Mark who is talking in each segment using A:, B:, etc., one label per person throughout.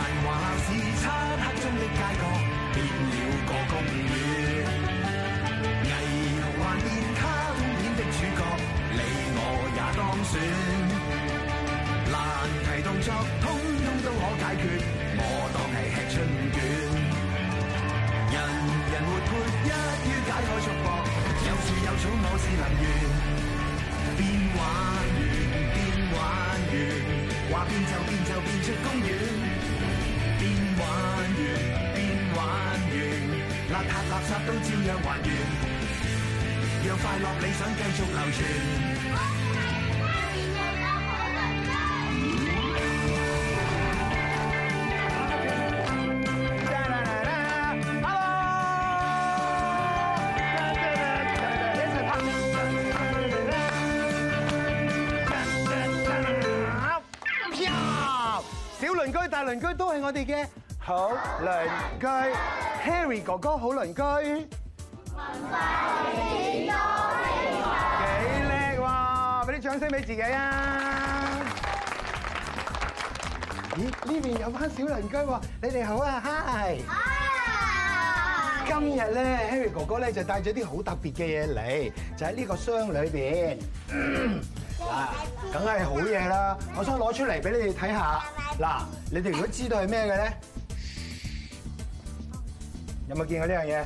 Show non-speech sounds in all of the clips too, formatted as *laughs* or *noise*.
A: 時漆黑中的街角變了個公園。霓虹幻變卡通片的主角，你我也當選。難題動作通通都可解決，我當係吃春卷。人人活潑，一於解開束縛，有樹有草，我是能源。變玩完，變玩完，話變就變就變出公園。變玩完，變玩完，邋遢垃圾都照樣還原，讓快樂理想繼續流傳。
B: 小鄰居、大鄰居都係我哋嘅好鄰居，Harry 哥哥好鄰居。幾叻喎！俾啲掌聲俾自己啊！咦，呢邊有班小鄰居喎，你哋好啊，Hi！今日咧，Harry 哥哥咧就帶咗啲好特別嘅嘢嚟，就喺呢個箱裏邊。嗱，梗係好嘢啦！我想攞出嚟俾你哋睇下。嗱，你哋如果知道係咩嘅咧，有冇見過呢樣嘢？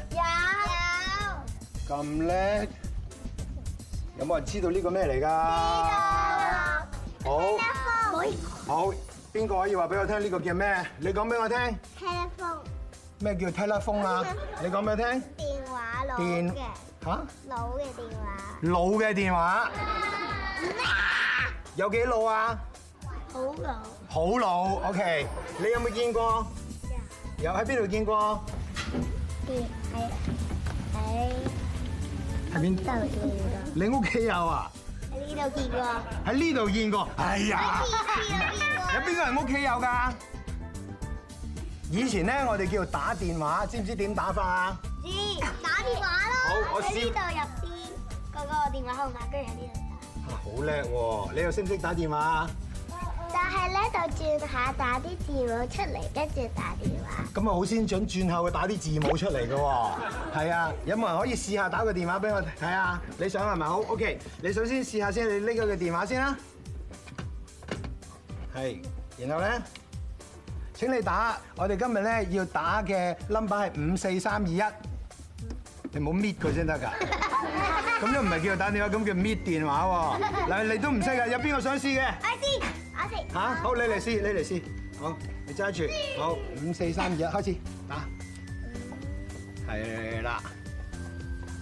B: 咁叻，有冇人知道呢個咩嚟㗎？好，好，邊個可以話俾我聽呢個叫咩？你講俾我聽，咩叫 telephone 啊？你講俾我聽，電嚇老嘅電話，有幾老啊？好老，OK。你有冇見過？有喺邊度見過？喺邊？你屋企有啊？喺呢度見過。哎呀！有邊個人屋企有㗎？以前咧，我哋叫打電話，知唔知點打法啊？啊好叻喎！你又識唔識打電話啊？
C: *laughs*
B: 咁啊，好先準轉後打啲字母出嚟嘅喎。係啊，有冇人可以試下打個電話俾我睇下？你想係咪好？OK，你首先試下先，你拎咗個電話先啦。係，然後咧，請你打我哋今日咧要打嘅 number 係五四三二一，你唔好搣佢先得㗎。咁都唔係叫打電話，咁叫搣電話喎。嗱，你都唔識㗎，有邊個想試嘅？嚇、好，你嚟試，你嚟試，好，你揸住，好，五四三二一，開始打，係啦，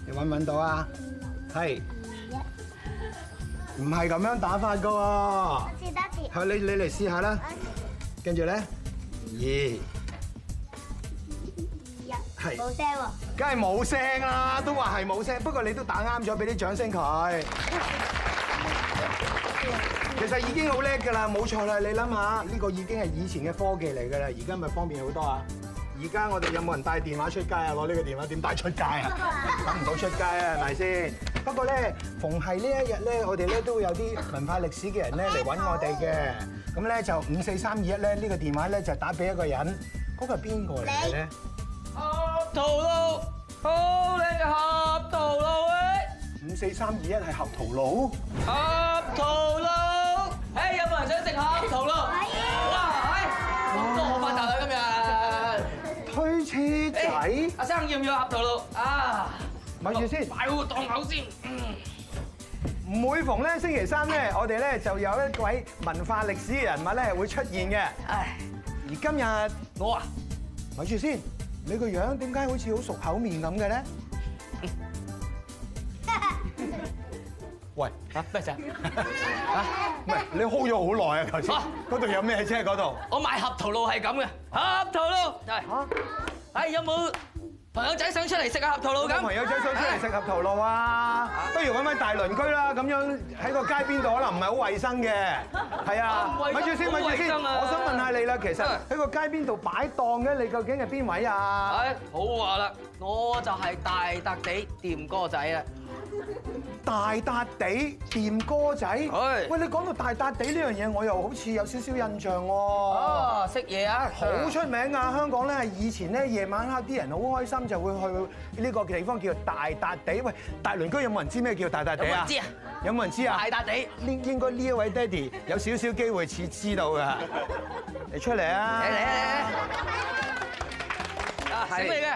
B: 你揾唔揾到啊？係，唔係咁樣打法噶喎，係你你嚟試下啦，跟住咧，二，
C: 冇聲喎，
B: 梗係冇聲啦，都話係冇聲，不過你都打啱咗，俾啲掌聲佢。其實已經好叻㗎啦，冇錯啦。你諗下，呢個已經係以前嘅科技嚟㗎啦，而家咪方便好多啊！而家我哋有冇人帶電話出街啊？攞呢個電話點帶出街啊？
C: *laughs*
B: 打唔到出街啊，係咪先？不過咧，逢係呢一日咧，我哋咧都會有啲文化歷史嘅人咧嚟揾我哋嘅。咁咧就五四三二一咧，呢個電話咧就打俾一個人，嗰個係邊個嚟嘅咧？
D: 合桃路，好你合桃路哎，
B: 五四三二一係合桃佬。
D: 合桃路，哎有冇人想食合桃路？哇，哎，咁都好發達啦今日。
B: 推車
D: 哎
B: 仔，
D: 阿生要唔要合桃路啊？
B: 咪住先。
D: 擺好個檔口先。嗯
B: 每逢咧星期三咧，我哋咧就有一位文化歷史嘅人物咧會出現嘅。
D: 唉，
B: 而今日
D: 我啊，
B: 咪住先，你個樣點解好似好熟口面咁嘅咧？喂，
D: 嚇咩
B: *laughs*
D: 事啊？
B: 唔係你 hold 咗好耐啊！頭先
D: 啊
B: 嗰度有咩啫？嗰度
D: 我買合桃路係咁嘅，合桃路係。
B: 嚇，
D: 哎有冇朋友仔想出嚟食下合桃路
B: 有
D: 咁？
B: 朋友仔想出嚟食合桃露啊！不如揾位大鄰居啦，咁樣喺個街邊度可能唔係好衞生嘅，係啊
D: 唔衞。生
B: 咪住先，咪住先，
D: 好衞生啊
B: 我想問下你啦，其實喺個街邊度擺檔嘅，你究竟係邊位啊？
D: 唉，好話啦，我就係大笪地掂哥仔啦。
B: 大笪地掂歌仔，
D: 係
B: 喂，你講到大笪地呢樣嘢，我又好似有少少印象喎。
D: 哦，識嘢啊！
B: 好出名啊！香港咧，以前咧夜晚黑啲人好開心就會去呢個地方叫做大笪地。喂，大鄰居有冇人知咩叫大笪地啊？
D: 有冇人知啊？
B: 有冇人知啊？
D: 大笪地
B: 呢應該呢一位爹哋有少少機會似知道㗎。
D: *laughs*
B: 你出嚟啊！
D: 嚟嚟嚟嚟！啊，識咩嘅？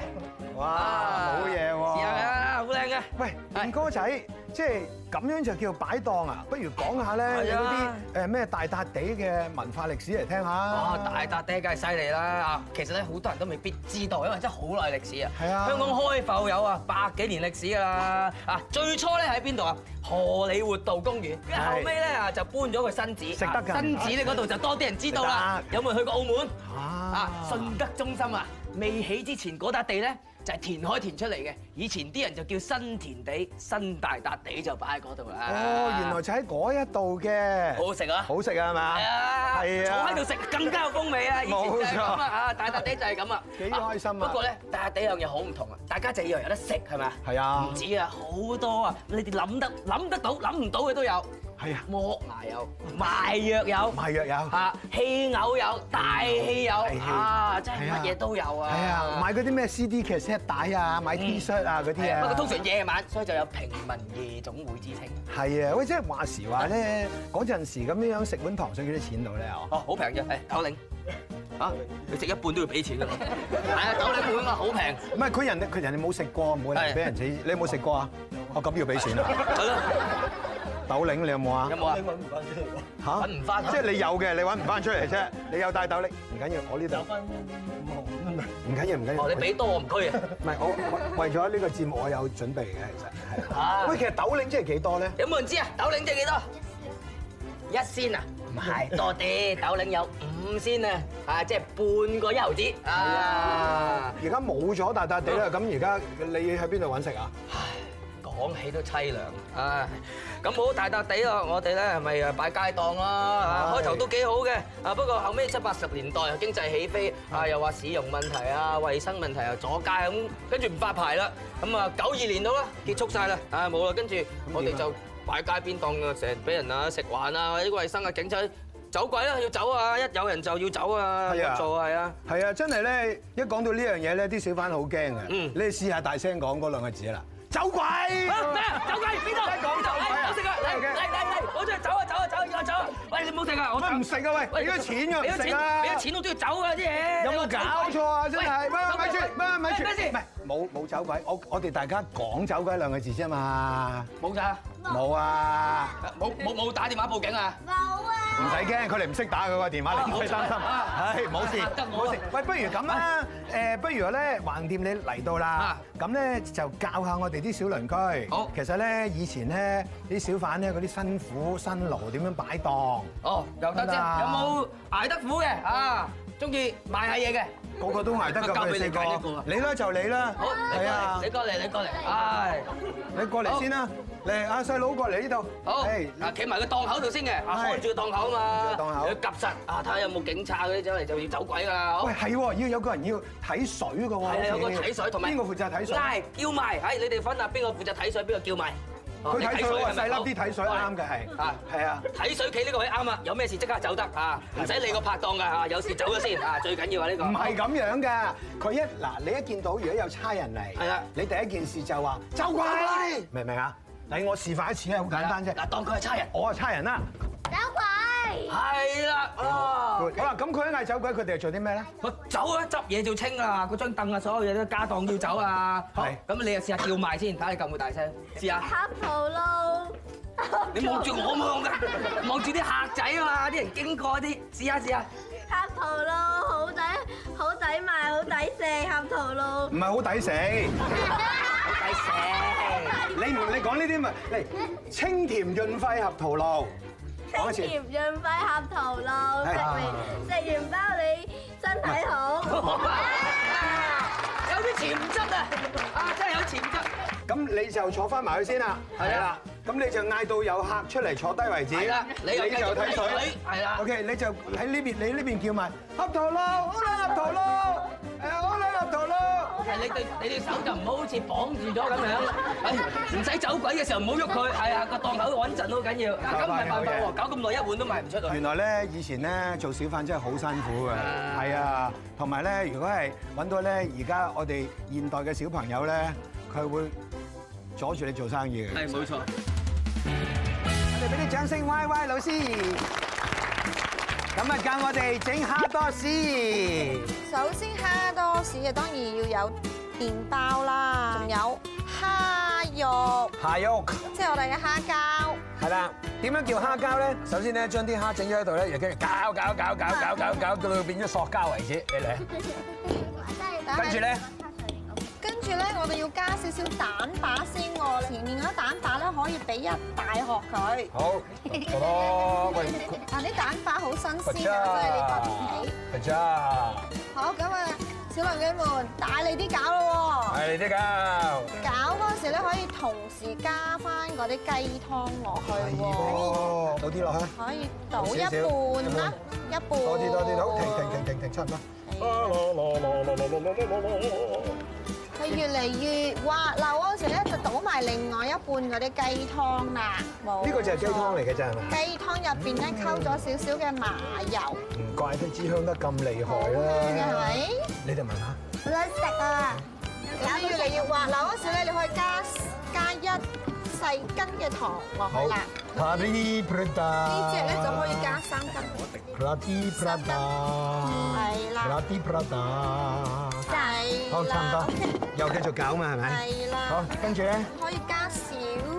B: 哇，冇嘢喎！
D: 試下啊，好靚嘅。
B: 喂，連哥仔，即係咁樣就叫擺檔啊！不如講下咧，有啲
D: 係啊
B: 誒咩大笪地嘅文化歷史嚟聽下。
D: 啊！大笪地梗係犀利啦！啊，其實咧好多人都未必知道，因為真係好耐歷史啊。
B: 係啊
D: 香港開埠有啊百幾年歷史㗎啦。啊，最初咧喺邊度啊？荷里活道公園，跟住後
B: 係
D: 尾咧啊就搬咗去新址。
B: 食得㗎
D: 啊新址咧嗰度就多啲人知道啦。
B: 食
D: 有冇去過澳門？
B: 啊
D: 啊，順德中心啊，未起之前嗰笪地咧就係填海填出嚟嘅。以前啲人就叫新填地、新大笪地就擺喺嗰度啦。
B: 哦，原來就喺嗰一度嘅。
D: 好好食啊！
B: 好食啊，係嘛？
D: 係啊，
B: 係
D: 坐
B: 啊
D: 喺度。食更加有風味啊！以前就係咁啊，啊大笪地就係咁啊，
B: 幾開心啊
D: 不過咧，大笪地有樣嘢好唔同啊，大家就以為有得食係咪啊？
B: 係啊
D: 唔止啊，好多啊，你哋諗得諗得到，諗唔到嘅都有。
B: 係啊
D: 剝牙有，賣藥有，
B: 賣藥有
D: 嚇戲偶有，大戲有
B: 戲，
D: 啊，真
B: 係
D: 係
B: 啊
D: 乜嘢都有啊。
B: 係啊，買嗰啲咩 CD 劇 set 帶啊，買 T 恤啊嗰啲
D: 嗯係啊
B: 啊。
D: 不過通常夜晚，所以就有平民夜總會之稱。
B: 係啊，喂，即係話時話咧，嗰陣時咁樣樣食碗糖水幾多錢到咧？哦，
D: 哦，好平啫，誒九零嚇，你食一半都要俾錢㗎啦。係啊，九零碗啊，好平。
B: 唔係佢人哋佢人哋冇食過，冇人
D: 係
B: 俾人知。你有冇食過啊？哦，咁要俾錢
D: *laughs*
B: 啊！
D: 係咯，
B: 豆領你有冇啊
D: 有？冇啊？
B: 嚇
D: 揾唔返
B: 即係你有嘅，你揾唔翻出嚟啫。你有帶豆領，唔緊要，我
D: *laughs*
B: 呢度有分五毫唔緊要，唔緊要。
D: 哦，你俾多我唔拘啊！
B: 唔係我為為咗呢個節目，我有準備嘅，其實
D: *laughs*
B: 係。
D: 啊
B: 喂，其實豆領即係幾多咧？
D: 有冇人知啊？豆領即係幾多？一仙啊？唔係多啲，豆領有五仙啊！啊，即係半個一毫子啊！
B: 而家冇咗大笪地啦，咁而家你喺邊度揾食啊？
D: 講起都凄涼啊！咁好大笪地咯，我哋咧係咪啊擺街檔啦？啊
B: 係
D: 開頭都幾好嘅，啊不過後尾七八十年代又經濟起飛，啊又話市容問題啊、衞生問題又阻街咁，跟住唔發牌啦。咁啊九二年到啦，結束晒啦，啊冇啦，跟住我哋就擺街邊檔啊，成日俾人啊食環啊、呢個衞生啊、警察走鬼啦，要走啊！一有人就要走
B: 係
D: 啊，
B: 啊
D: 要做啊係啊！
B: 係啊，真係咧，一講到呢樣嘢咧，啲小販好驚嘅。
D: 嗯
B: 你哋試下大聲講嗰兩個字啦，走鬼！
D: 啊
B: *laughs*
D: 咩啊？走鬼邊度？
B: 真係講
D: 邊度
B: 走鬼啊
D: 哎我食啊！嚟
B: 真係
D: 嚟
B: 嘅
D: 嚟嚟，我出去走啊走啊走啊要我走啊！喂，你唔好食啊！我
B: 乜唔食啊？喂，俾咗錢㗎，
D: 俾
B: 唔
D: 咗
B: 食
D: 錢，
B: 啊！
D: 俾咗錢我都要走啊啲嘢。
B: 有冇搞錯啊？真係，
D: 喂
B: 咪咪住
D: 走，
B: 咪咪住，
D: 喂咩
B: 唔
D: 事
B: 係冇冇走鬼，我我哋大家講走鬼兩個字啫嘛，
D: 冇㗎，
B: 冇啊，
D: 冇冇冇打電話報警啊！
B: 唔使驚，佢哋唔識打佢個電話，你唔使擔心，唉冇事
D: 嚇得我啊
B: 冇事。喂，不如咁啦，誒不如咧，橫掂你嚟到啦
D: 啊，
B: 咁咧就教下我哋啲小鄰居。
D: 好
B: 其實咧以前咧啲小販咧嗰啲辛苦辛勞點樣擺檔，
D: 哦，又得啫，
B: 得啊
D: 有冇捱得苦嘅啊？中意賣下嘢嘅，
B: 個個都捱得㗎，
D: 交
B: 佢
D: 俾
B: 哋四
D: 你揀一個
B: 個
D: 啊。
B: 你啦就你啦，
D: 好，你過
B: 係啊
D: 嚟，。你過嚟，你過嚟，唉，
B: 你過嚟先啦，嚟阿細佬過嚟呢度。
D: 好，
B: 係
D: 啊，企埋個檔口度先嘅，啊，
B: 係
D: 開住個檔口啊嘛，
B: 檔口
D: 你要夾實啊，睇下有冇警察嗰啲走嚟就要走鬼㗎啦，好
B: 喂，。係喎，要有個人要睇水嘅喎。
D: 係啊，有個睇水同埋
B: 邊個負責睇水？
D: 拉叫埋，係你哋分啊，邊個負責睇水，邊個叫埋。Ờ,
B: 佢睇水喎，細粒啲睇水啱
D: 啱
B: 嘅係。
D: 啊
B: 係啊，
D: 睇水企呢個位啱啊！有咩事即刻走得啊，唔使理個拍檔㗎嚇，有事走咗先啊，最緊要啊呢個。
B: 唔係咁樣㗎。佢一嗱，你一見到如果有差人嚟，
D: 係啊
B: 你第一件事就話走鬼，明唔明啊？嚟我示範一次咧，好
D: Dạ,
B: 簡單啫。
D: 嗱，當佢係差人。
B: 我係差人啦。
E: *laughs*
C: *laughs*
D: 係啦，啊
B: 好，啦，咁佢喺嗌走鬼，佢哋係做啲咩咧？
D: 我走啊，執嘢就清啦，嗰張凳啊，所有嘢都家當要走啊。好
B: 係，
D: 咁你又試下叫埋先，睇下你夠唔夠大聲，試下。你望住我望㗎，望住啲客仔啊嘛，啲人經過啲，試下試下。
B: 唔係好抵死。
D: 好抵死。
B: 你唔你講呢啲咪嚟清甜潤肺合桃露。講一次。有啲潛質啊！啊，真係有潛質。咁你就坐翻埋去先啦，
D: 係啊
B: 係啦。咁你就嗌到有客出嚟坐低為止。
D: 係啦你又繼
B: 你
D: 續
B: 就睇
D: 睇
B: 水
D: 水。係啦
B: OK，你就喺呢邊，你呢邊叫埋合桃咯，好啦，合桃咯，誒，好啦，合桃咯。
D: 係你對你對手就唔好好似綁住咗咁樣，係唔使走鬼嘅時候唔好喐佢，係啊個檔口穩陣好緊要。咁唔係辦法喎，搞咁耐一碗都賣唔出去
B: 原。來咧，以前咧做小販真係好辛苦嘅，係啊，同埋咧，如果係揾到咧，而家我哋現代嘅小朋友咧，佢會阻住你做生意嘅。
D: 係冇錯。
B: 我哋俾啲掌聲 Y Y 老師。咁啊，教我哋整蝦多士。
C: 首先蝦多士嘅當然要有麵包啦，仲有蝦肉，
B: 下喐，
C: 即係我哋嘅蝦膠。
B: 係啦。啊點樣叫蝦膠咧？首先咧，將啲蝦整咗喺度咧，又跟住搞搞搞搞搞搞搞，到啊佢變咗塑膠為止。你嚟。
C: 啊
B: 跟住咧，
C: 跟住咧，我哋要加少少蛋白先喎。前面嗰啲蛋白咧，可以俾一大殼佢。
B: 好，好咯，喂，
C: 啊，啲蛋白好新
B: 佛
C: 鮮啊，
B: 渣
C: 真係你覺得，
B: 佛渣，
C: 好，咁啊，小鄰居們，大力啲搞咯
B: 係你啲膠。
C: 喎！搞嗰陣時咧，可以同時加翻嗰啲雞湯落去喎，
B: 哦，倒啲落去，
C: 可以倒一半啦，一半。
B: 多啲多啲，好，停停停停停，差唔多。
C: 佢越嚟越滑溜嗰陣時咧，就倒埋另外一半嗰啲雞湯啦。冇
B: 呢個就係雞湯嚟嘅啫，係咪？
C: 雞湯入邊咧溝咗少少嘅麻油，
B: 唔怪得之香得咁厲
C: 好
B: 害
C: 香嘅係啊
B: 啦。
C: 咪？
B: 你哋聞下，
C: 好想食啊！搞到越嚟越滑溜嗰時咧，你可以加加一細斤嘅糖落去啦。
B: Pra di pra da
C: 呢只咧就可以加三斤，
B: Pra di pra da
C: 係啦
B: Pra di pra da 好，
C: 係
B: 差唔
C: 啦
B: 多，，又繼續搞嘛，係咪？
C: 係
B: 好
C: 啦，，
B: 跟住咧，
C: 可以加少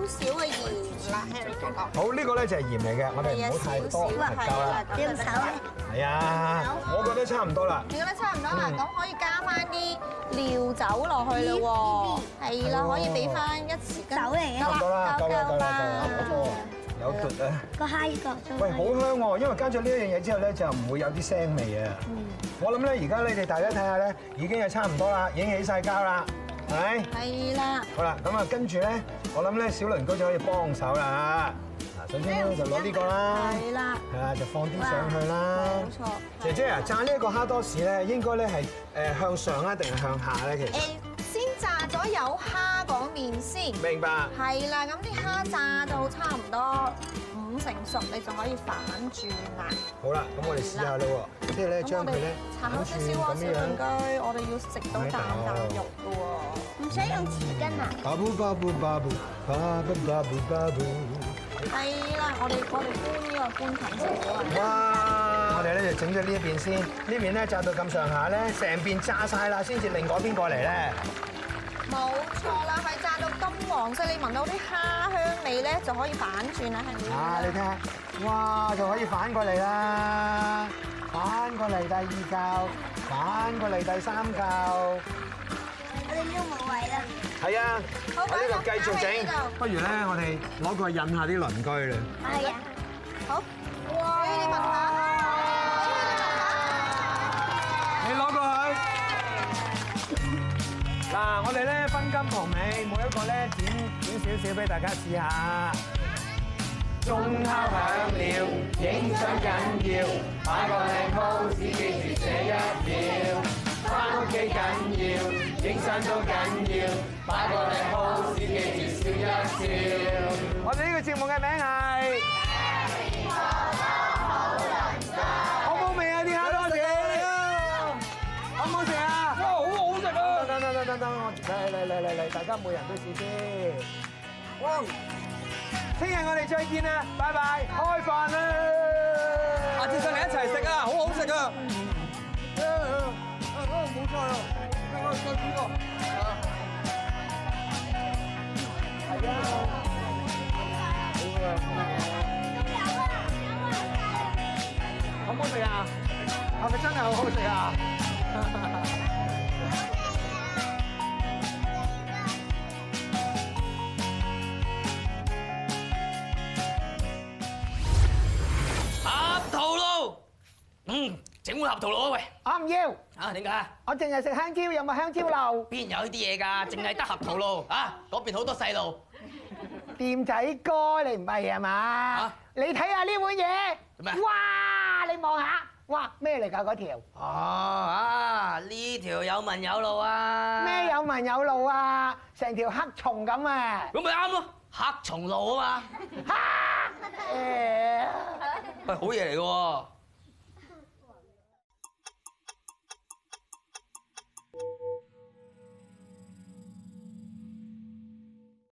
C: 少嘅鹽啦，Harry 哥哥。
B: 好呢個咧就係鹽嚟嘅，我哋唔好太多
C: 係啊
B: 就夠啦。
C: 哎少少啊係
B: 係
C: 啦
B: 啊，我覺得差唔多啦。
C: 你覺得差唔多啦，
B: 嗯
C: 咁可以加翻啲料酒落去咯喎，係啦，可以俾翻一匙羹
E: 酒嚟嘅
C: 得
B: 差唔多啦，夠啦，夠啦，
C: 夠啦
B: 夠啦，有奪啊！
E: 個蝦角中
B: 喂，好香喎，因為加咗呢一樣嘢之後咧，就唔會有啲腥味啊。我諗咧，而家你哋大家睇下咧，已經係差唔多啦，已經起晒膠啦，係咪？
C: 係啦，
B: 好啦，咁啊，跟住咧，我諗咧，小鄰居就可以幫手啦。嗱，首先咧就攞呢個啦，
C: 係啦，
B: 係啦，就放啲上去啦。
C: 冇錯。
B: 姐姐啊，炸呢一個蝦多士咧，應該咧係誒向上啊，定係向下咧？其實
C: 誒，先炸咗有蝦嗰面先，
B: 明白。
C: 係啦，咁啲蝦炸到差唔多五成熟，你就可以反轉啦。
B: 好啦，咁我哋試下啦喎，即係咧
C: 咁
B: 將
C: 我
B: 佢咧
C: 哋
B: 反
C: 炒好
B: 轉
C: 少少喎，
B: 咁
C: 小
B: 樣
C: 鄰。居，我哋要食到啖啖肉嘅喎。
E: 唔使用匙羹啊，
B: 巴布巴布巴布巴布巴布巴布。
C: 係啦，我哋我哋搬呢個搬近少少啊。
B: 哇！我哋咧就整咗呢一邊先，呢邊咧炸到咁上下咧，成邊炸晒啦，先至另外一邊過嚟咧。
C: 冇錯啦，係炸到金黃色，你聞到啲蝦香味咧，就可以反轉啦，係咪
B: 啊，你睇下，哇，就可以反過嚟啦，反過嚟第二嚿，反過嚟第三嚿。
E: 我哋都冇位啦。
B: 係啊，
C: 好
B: 我呢度繼續
C: 擺喺
B: 整。
C: 呢度
B: 不如咧，我哋攞過去引下啲鄰居啦。
E: 係啊，
C: 好，哇！你聞啊下，
B: 你攞過去。嗱，我哋咧分金同尾，每一個咧點點少少俾大家試下。鐘敲響了，影相緊要，擺個靚 pose 記住這一秒。翻屋企緊要，影相都緊要，擺個靚 pose 記住笑一笑。我哋呢個節目嘅名係。好冇味啊啲蝦多士，好唔好食啊？
D: 哇，好好食啊！
B: 等等等等等，我嚟嚟嚟嚟嚟，大家每人都試先。哇！聽日我哋再見啦，拜拜，開飯啦！
D: 下次上嚟一齊食啊，好好食啊！
B: 冇錯啦，我再試過。係啊，好唔好食啊？係咪真係好好食啊？
D: 合桃露，嗯，整碗合桃露啊喂！
B: 我唔要，
D: 啊，點解啊？
B: 我淨係食香蕉，有冇香蕉露？
D: 邊有呢啲嘢㗎？淨係得合桃露啊！嗰邊好多細路，
B: 店仔哥，你唔係啊嘛
D: 啊？
B: 你睇下呢碗
D: 做咩
B: 嘢，哇！你望下，哇咩嚟㗎嗰條？
D: 哦啊！呢條有文有路啊！
B: 咩有文有路啊？成條黑蟲咁啊！
D: 咁咪啱咯， *laughs* 黑松露啊嘛，
B: 誒
D: 喂，好嘢嚟嘅喎！